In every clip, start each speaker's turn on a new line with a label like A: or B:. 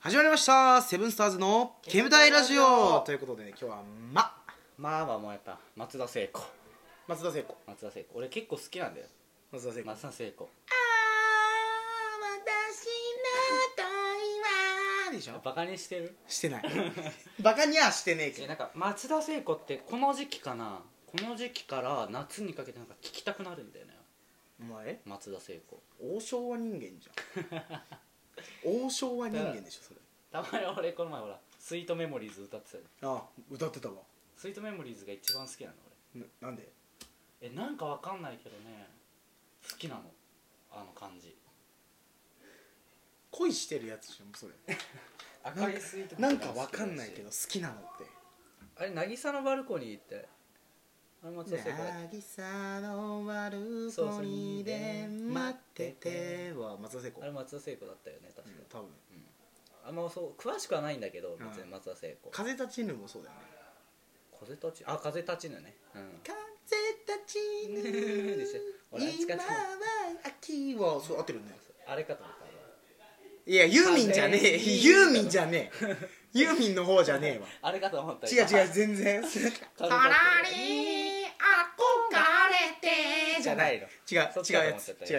A: 始まりましたセブンスターズの煙たいラジオということで、今日は「ま
B: まあまあもうやっぱ松田聖子」
A: 松田聖子
B: 松田聖子俺結構好きなんだよ
A: 松田聖子
B: 松田聖子
A: あ私の恋はでしょ
B: バカにしてる
A: して ないバカにはしてねえけ
B: え
A: ど
B: なんか松田聖子ってこの時期かなこの時期から夏にかけてなんか聴きたくなるんだよね
A: お前
B: 松田聖子
A: 王昭和人間じゃん王昭和人間でしょそれ
B: たまに俺この前ほら「スイートメモリーズ」歌ってたよ
A: あ歌ってたわ
B: スイートメモリーズが一番好きなの
A: ななんで
B: 俺えなんかわかんないけどね好きなのあの感じ
A: 恋してるやつじゃんそれ
B: 赤いスイー ト
A: なんかわかんないけど好きなのって
B: あれ渚のバルコニーってあれ松田聖子だっけ
A: 渚のバルコ
B: コ
A: ニ
B: ニ
A: ー
B: ー
A: で
B: で
A: 待
B: 待
A: っ
B: ってて
A: て
B: て
A: は松田聖子
B: あれ松田聖子だったよね確か、
A: うん多分
B: あんまそう詳しくはないんだけど
A: うん
B: 別に松田聖子
A: 風立ちぬもそうだよね
B: 風立ちあ風立ちぬねうん
A: 風立ちぬ
B: でしょ俺あっちか
A: 今
B: と
A: は秋をそう合ってるね
B: あれかと思った俺
A: いやユーミンじゃねえ
B: あね
A: ユーミンじゃねえユーミンの方じゃねえわ
B: あれかと思った
A: 違う違う
B: う
A: 全然
B: 風立
A: に憧れて
B: じゃない
A: 違
B: の
A: う違うや
B: そっ
A: つ
B: ち
A: 違
B: か
A: う
B: と
A: や
B: 思っちゃった
A: つ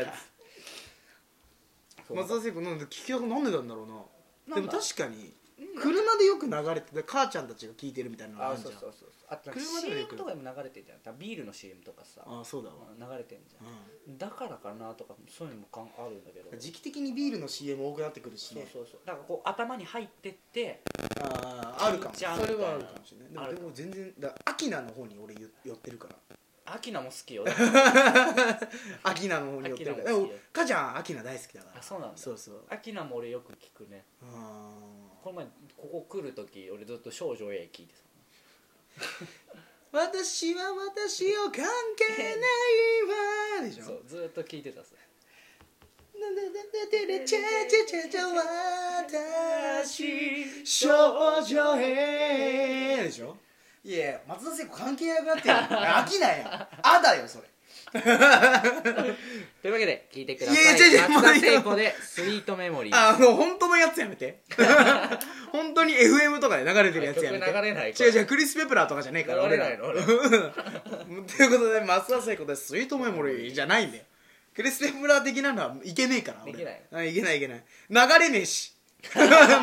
B: そう
A: 松田聖子なんで聞き方なんでなんだろうなで
B: なん
A: も
B: だ
A: 確かに車でよく流れてて母ちゃんたちが聞いてるみたいなのあ
B: あ
A: るじゃ
B: そ
A: ん
B: うそうそうあとなんか
A: 車でもよく
B: CM とかでも流れてんじゃん多分ビールの CM とかさ
A: あそうだわ、
B: 流れてんじゃ
A: うん
B: だからかなとかそういうのもかんあるんだけど
A: ん、時期的にビールの CM 多くなってくるし
B: そう
A: ね
B: そうそうだからこう頭に入ってって
A: あーあるかも
B: じゃん
A: そ
B: みた
A: れ
B: いな
A: はあるかもしれな
B: あ
A: いでも
B: るか
A: で
B: も
A: も全然だアキナの方に俺ゆ寄ってるから
B: アキナも好き よ
A: アキナの方に寄ってるからで
B: アキナも好
A: も
B: きよ
A: 母ちゃんアキナ大好きだから
B: あそうなんだ
A: そうそう
B: アキナも俺よく聞くね
A: あ
B: この前ここ来る時俺ずっと「少女 A」聞いてさ
A: ー私は私を関係ないわでしょ
B: そうずーっと聞いてたっす
A: 私少女へでしょいや松田聖子関係なくなってる飽きないやあだよそれ
B: というわけで聞いてくだ
A: いやいや
B: さ
A: 違う違
B: いう松田聖
A: も
B: 子
A: ういい
B: で「スイートメモリー」
A: あの本当のやつやめて 本当に FM とかで流れてるやつやめて
B: 曲流れない
A: 違う違うクリス・ペプラーとかじゃねえから
B: 流れないの
A: 俺ら ということで松田聖子で「スイートメモリー」じゃないんだよクリス・ペプラー的なのはいけねえから俺
B: いけない
A: あいけないいけない流れねえ し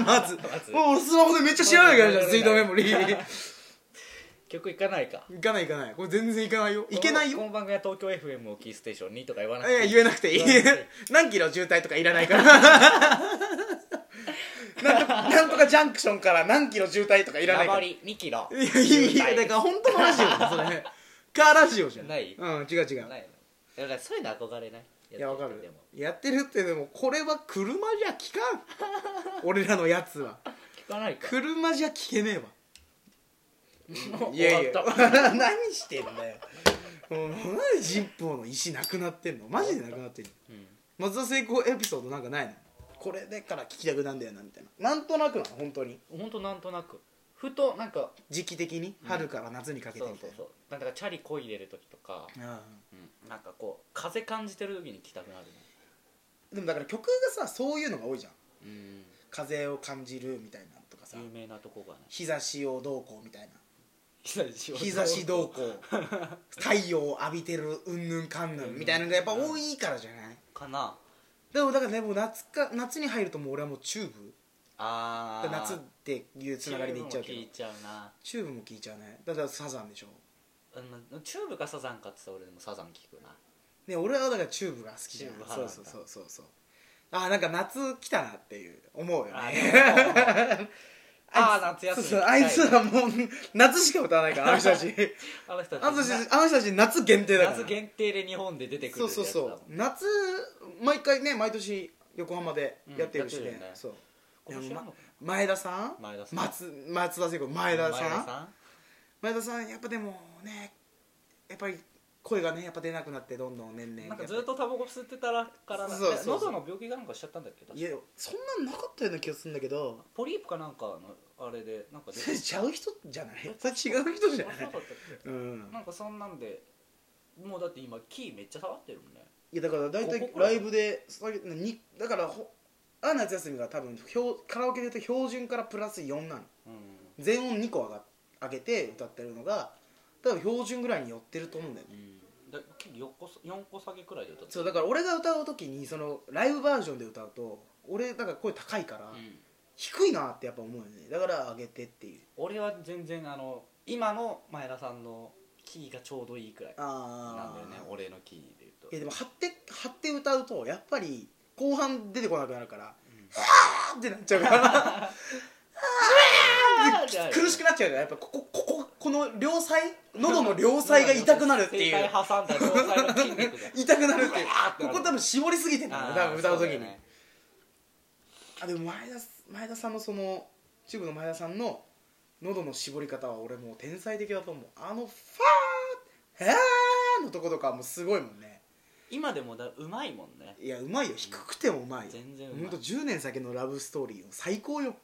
A: まず
B: ず
A: もう俺スマホでめっちゃ知らないからじゃん
B: ま
A: ス
B: ず
A: イー
B: 流
A: ト
B: れ
A: メ
B: ない
A: モリー
B: 曲いかないか
A: いかないいかないこれ全然いかないよいけない
B: こ
A: よ
B: の番組は東京 FM をキーステーションにとか言わ
A: い
B: なく
A: や
B: ていい
A: 言えなくていい
B: 言わなくていい
A: 何キロ渋滞とかいらないから なんとかなんとかジャンクションから何キロ渋滞とかいらないから
B: 上り2キロ
A: いやいやいやだから本当のラジオだよそ れカーラジオじゃん
B: ない
A: うん違う違う
B: ないのだからそういうの憧れない
A: いやわか
B: ってで
A: る
B: も
A: やってるってでもこれは車じゃ聞か ん俺らのやつは
B: 聞かないか
A: 車じゃ聞けねえわ
B: もう
A: いやいや
B: 終わ っ
A: 何してんだよもうなんで人法の石なくなってんのマジでなくなってんの
B: たうん
A: 松田聖子エピソードなんかないのこれでから聞きたくなんだよなみたいななんとなくなの本当に
B: ほんとなんとなくふとなんか
A: 時期的に春から夏にかけて
B: そ
A: み
B: う
A: た
B: そ
A: いう
B: そうなんかチャリこいでる時とか
A: なあ
B: うんなんかこう風感じてる時に来たくなるね
A: あでもだから曲がさそういうのが多いじゃん
B: うん
A: 風を感じるみたいなのとかさ
B: 有名なとこがね
A: 日差しをどうこうみたい
B: 日差し
A: な日差しどうこう太陽を浴びてるうんぬんかんぬんみたいなのがやっぱ多いからじゃない
B: かな
A: でもだからねもう夏か夏に入るともう俺はもうチューブ
B: あー
A: 夏っていうつながりでいっちゃうけど
B: チューブも聞いちゃうな
A: チューブも聞いちゃうねだからサザンでしょ
B: うんチューブかサザンかって言ったら俺でもサザン聞くな
A: ね俺はだからチューブが好きじゃん
B: チューブ
A: そう
B: 派
A: そう
B: なんだ
A: そうそうそうあーなんか夏来たなっていう思うよ
B: あ
A: ね
B: あー
A: いつ
B: 夏休み
A: そうそうあいつらもう夏しか歌わないからあの 人たち
B: あの人たち
A: あの人たちあの人たち夏限定だから
B: 夏限定で日本で出てくる
A: そう
B: やつだ
A: そう
B: もん
A: そう夏毎回ね毎年横浜でやってるし
B: うんやっ
A: ね
B: てるよね
A: そう
B: 今年
A: で
B: は
A: も
B: あんの
A: ま
B: か
A: 前田さん
B: 前田さん
A: 松松田聖子前田さん前田さん
B: さん
A: やっぱでもねやっぱり声がねやっぱ出なくなってどんどん年々
B: なんかずっとタバコ吸ってたらからなん
A: そうそうそう
B: 喉の病気がなんかしちゃったんだっけ
A: いやそんなんなかったような気がするんだけど
B: ポリープかなんかのあれでなんか出
A: そ
B: て
A: れちゃう人じゃないそれ違う人じゃな
B: あ
A: い
B: そうだったっけ
A: うん
B: なんかそんなんでもうだって今キーめっちゃ下がってるもんね
A: いやだから大体
B: ここくら
A: ラ
B: い
A: イブで下げにだからほあ夏休みが多分標カラオケで言うと標準からプラス4なの
B: うん
A: 全音2個上が上げて歌ってるのが多分標準ぐらいに寄ってると思うんだよね
B: うんだ4個さ四個下げくらいで歌って
A: そうだから俺が歌う時にそのライブバージョンで歌うと俺だから声高いから、
B: うん
A: 低いなってやっぱ思うよねだから上げてっていう
B: 俺は全然あの今の前田さんのキーがちょうどいいくらいな
A: あ
B: んだよね
A: あ
B: 俺のキーで言うと
A: いやでも張って張って歌うとやっぱり後半出てこなくなるから
B: うん
A: あーってなっちゃうから
B: あーってある
A: 苦しくなっちゃうからやっぱこここここの両サイ喉の両サイが痛くなるっていう
B: 声帯挟んだ両サイの筋肉で
A: 痛くなるっていう
B: あーってな
A: こ
B: る
A: こ多分絞りすぎてんだよね多分歌う時に
B: ね
A: あでも前田前田さんのそのチューブの前田さんの喉の絞り方は俺もう天才的だと思うあの「ファーッ」へーのとことかもうすごいもんね
B: 今でもだうまいもんね
A: いやうまいよ低くてもうまいよ
B: 全然う
A: ほん
B: ま
A: と
B: い
A: 10年先のラブストーリーの最高 よ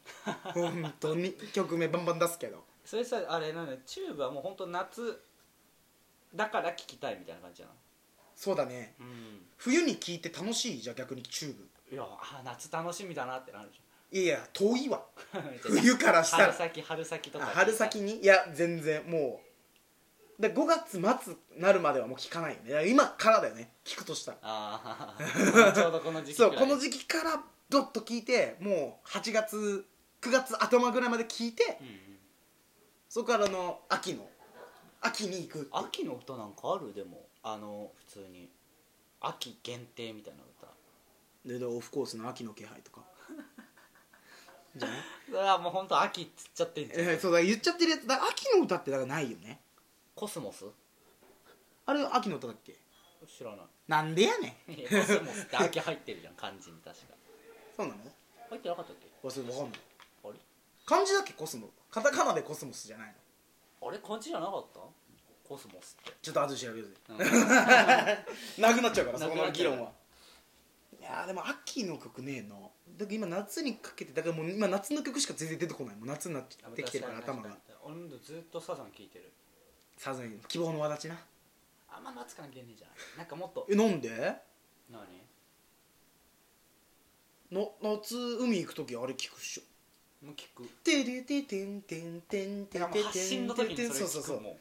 A: 本当に曲名バンバン出すけど
B: それさあれなんだよチューブはもう本当夏だから聴きたいみたいな感じじゃない
A: そうだね
B: うん
A: 冬に聴いて楽しいじゃあ逆にチューブ
B: いやあ夏楽しみだなってなるじ
A: いやいや遠いわ
B: ゃん
A: 冬からした
B: 春
A: ら
B: 先春先と
A: あ
B: か
A: 春先にいや全然もうだ5月末なるまではもう聴かないよねだから今からだよね聴くとしたら
B: ああちょうどこの時期く
A: そ
B: らいう
A: この時期からどっと聞いてもう8月9月頭ぐらいまで聞いて
B: うんうん
A: そこからの秋の秋に行くっていう
B: 秋の歌なんかあるでもあの普通に秋限定みたいな歌
A: ででオフコースの秋の気配とか じゃない
B: それはもう本当秋っつっちゃってんじゃん、
A: えーそうだ言っちゃってるやつだ秋の歌ってだからないよね
B: コスモス
A: あれ秋の歌だっけ
B: 知らな
A: なんでやねん
B: いいやコスモスって秋入ってるじゃん漢字に確か
A: そうなの
B: 入ってなかったっけ
A: 忘れわかんない
B: あれ
A: 漢字だっけコスモカタカナでコスモスじゃないの
B: あれ漢字じゃなかったコスモスって
A: ちょっと後で調べようぜ
B: うん
A: なくなっちゃうからそこ
B: なくなっちゃう
A: の議論はいやーでも秋の曲ねえのだから今夏にかけてだからもう今夏の曲しか全然出てこないもう夏になってきてるから頭が
B: 俺もずっとサザン聞いてる
A: サザン希望の輪立ちな
B: あんま夏関係ねえじゃないなんかもっと
A: えなんで
B: 何
A: の夏海行く時あれ聞くっしょ
B: もう聞く
A: てれててんてんてんてんてん
B: もう発信の時にそれ聞く
A: そうそうそう
B: も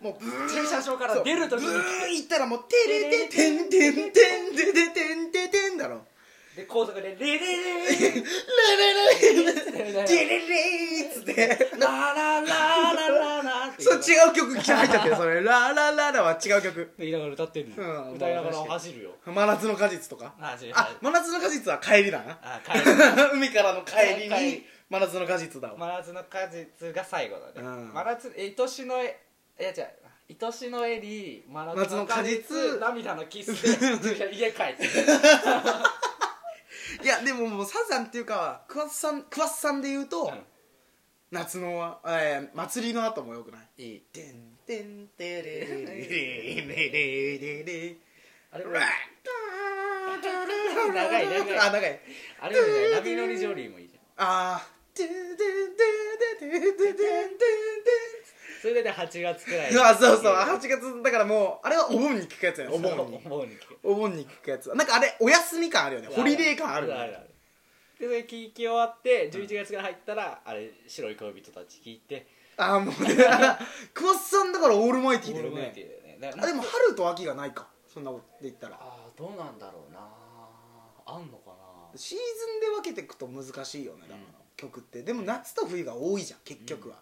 A: もうブー
B: 駐車場から出る時に
A: そうブー行ったらもうてれててんてんてんてんてんてんてんてんだろ
B: うで高速で「レレレレ」
A: レレレ
B: って
A: てれれーっつって
B: ララララララって
A: それ違う曲入っちゃってるそれララララは違う曲
B: 言いながら歌ってん
A: う
B: の
A: ん
B: 歌いながら
A: まあ
B: 走るよ
A: 真夏の果実とか
B: 走る
A: あ真夏の果実は帰りだな
B: あ帰る
A: 海からの帰り
B: 帰り
A: に真夏の果実だわ
B: 真夏の果実が最後だね、
A: うん
B: 真夏え愛しのえいや違う愛しのエリー真夏の果実
A: 夏の果実
B: 涙のキスで駐車家帰って
A: いやでももうサザンっていうか桑田さん桑田さんで言うと、夏の、えー、祭りの後もよくない
B: いい
A: てんてんてれれれれれれれ
B: あれもいい
A: 長
B: い長い
A: あ長い
B: あれもいいね波乗りジョリーもいいじゃん
A: あーてんてんてんてんてんてんてんて
B: それで、ね、8月くらい
A: んてんあそうそう8月だからもうあれはお盆に聞くやつやねお盆に
B: お盆に聞く
A: お盆に聞くやつなんかあれお休み感あるよねホリデー感あるよね
B: るでそれ聞き終わって11月から入ったら、あれ白い恋人たち聞いて
A: あーもうね クワッさんだからオールマイティーだよ
B: オールマイ
A: ね
B: ティーだよねだから
A: あでも春と秋がないかそんなことで言ったら
B: あーどうなんだろうなあんのかな
A: シーズンで分けていくと難しいよねだから、
B: うん
A: 曲ってでも夏と冬が多いじゃん結局は、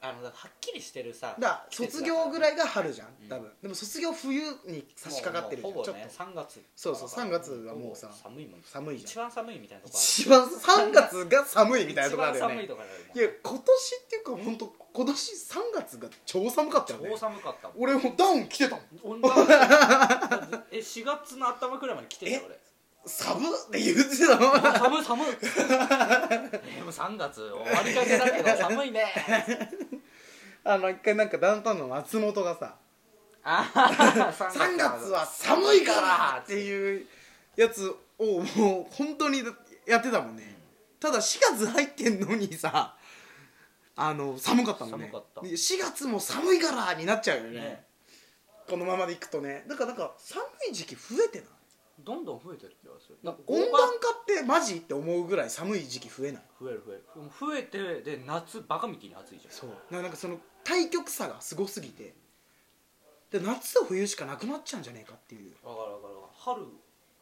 B: あのだからはっきりしてるさ
A: だから卒業ぐら
B: い
A: いが春じゃん
B: うん
A: 多分、でも卒業冬に差し掛かってるじゃん
B: ほぼ
A: ちょ
B: ね
A: っと
B: 3月
A: そうそう3月はもうさ
B: 寒いもん
A: 寒いじ
B: 一
A: ゃん
B: 番寒いみたいなとこ
A: 一番3月が寒いみたいなとこあ
B: ある
A: る
B: 一
A: よ
B: 番寒い
A: ね
B: とこある
A: いや今年っていうか本当今年3月が超寒かったよね
B: 超寒かったもん
A: 俺もダウン着てたもん
B: 温暖化え4月の頭くらいまで来てたよ俺
A: 寒って言ってたもん
B: あ寒い寒いでも3月終わりかけだけど寒いね
A: あの一回なんかダウンタウンの松本がさ
B: あー
A: 3月は寒いからっていうやつをもう本当にやってたもんねただ4月入ってんのにさあの寒かったもんね
B: 寒かった
A: で4月も寒いからになっちゃうよね
B: ね
A: このままでいくとねだからなんか寒い時期増えてない
B: どんどん増えてる気がする
A: 温暖化ってマジって思うぐらい寒い時期増えない
B: 増える増える増えてで夏バカみたいに暑いじゃん
A: そうななんかその対極差がすごすぎてで夏と冬しかなくなっちゃうんじゃねえかっていう
B: わかるわかるわかる春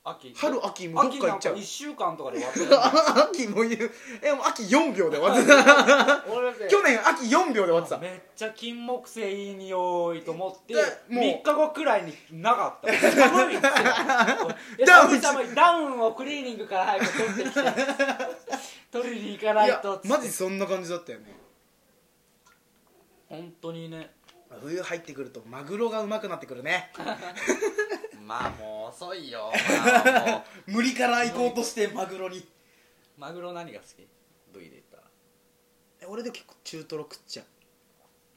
B: 秋
A: 春秋もどっか行っちゃう
B: 秋なんか1週間とかで終わって る
A: 秋も言うえもう秋4秒で終わってた
B: 俺だって
A: 去年秋4秒で終わってた
B: めっちゃ金木犀いい匂いと思って
A: でもう
B: 3日後くらいになか った寒いっつって
A: ダウン
B: いや寒い寒いダウンをクリーニングから早く 取ってきて取りに行かないい
A: や
B: とっつって
A: マジそんな感じだったよね
B: 本当にね
A: 冬入ってくるとマグロがうまくなってくるね
B: まあもう遅 いよ、まあもう
A: 無理から行こうとしてマグロに
B: マグロ何が好き部位で言ったら
A: え俺で結構中トロ食っちゃう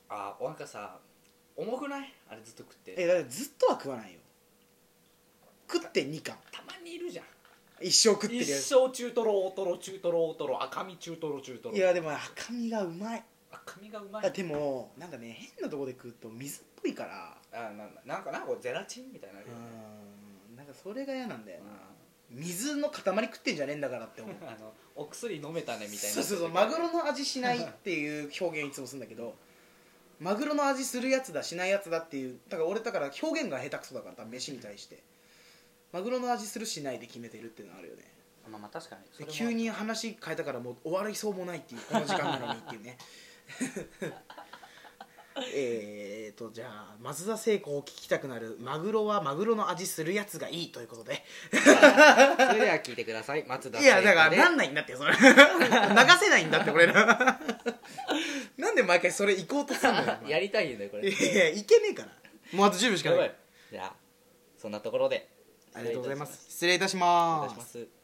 B: あーなんかさ重くないあれずっと食って
A: えだってずっとは食わないよ食って2貫
B: たまにいるじゃん
A: 一生食って
B: 一
A: るやつ
B: 生中トロ大トロ中トロ大トロ赤身中トロ中トロ
A: いやでも赤身がうまい
B: 赤身がうまい
A: あでもなんかね変なとこで食うと水っぽいから
B: あなんだなんかなこれゼラチンみたいなのあるよね
A: うんなんかそれが嫌なんだよな水の塊食ってんじゃねえんだからって思う
B: うんあのお薬飲めたねみたい
A: そ
B: な
A: う そうそうマグロの味しないっていう表現いつもするんだけどマグロの味するやつだしないやつだっていうだから俺だから表現が下手くそだから多分飯に対してマグロの味するしないで決めてるっていうのあるよね
B: まあまあ確かにそ
A: で
B: れも
A: 急に話変えたからもう終わりそうもないっていうこの時間なのにっていう ねえーとじゃあ松田聖子を聞きたくなるマグロはマグロの味するやつがいいということで
B: それでは聞いてください松田
A: いやだから
B: 聖子で
A: なんないんだってそれ流せないんだって俺らなんで毎回それ行こうとするのよお前
B: やりたいよねこれ
A: いやいやいけねえからもうあと10秒しか
B: や
A: な
B: ば
A: い
B: いじゃあそんなところで
A: ありがとうございます
B: 失
A: 失礼いたし
B: 礼い
A: ま
B: たしますす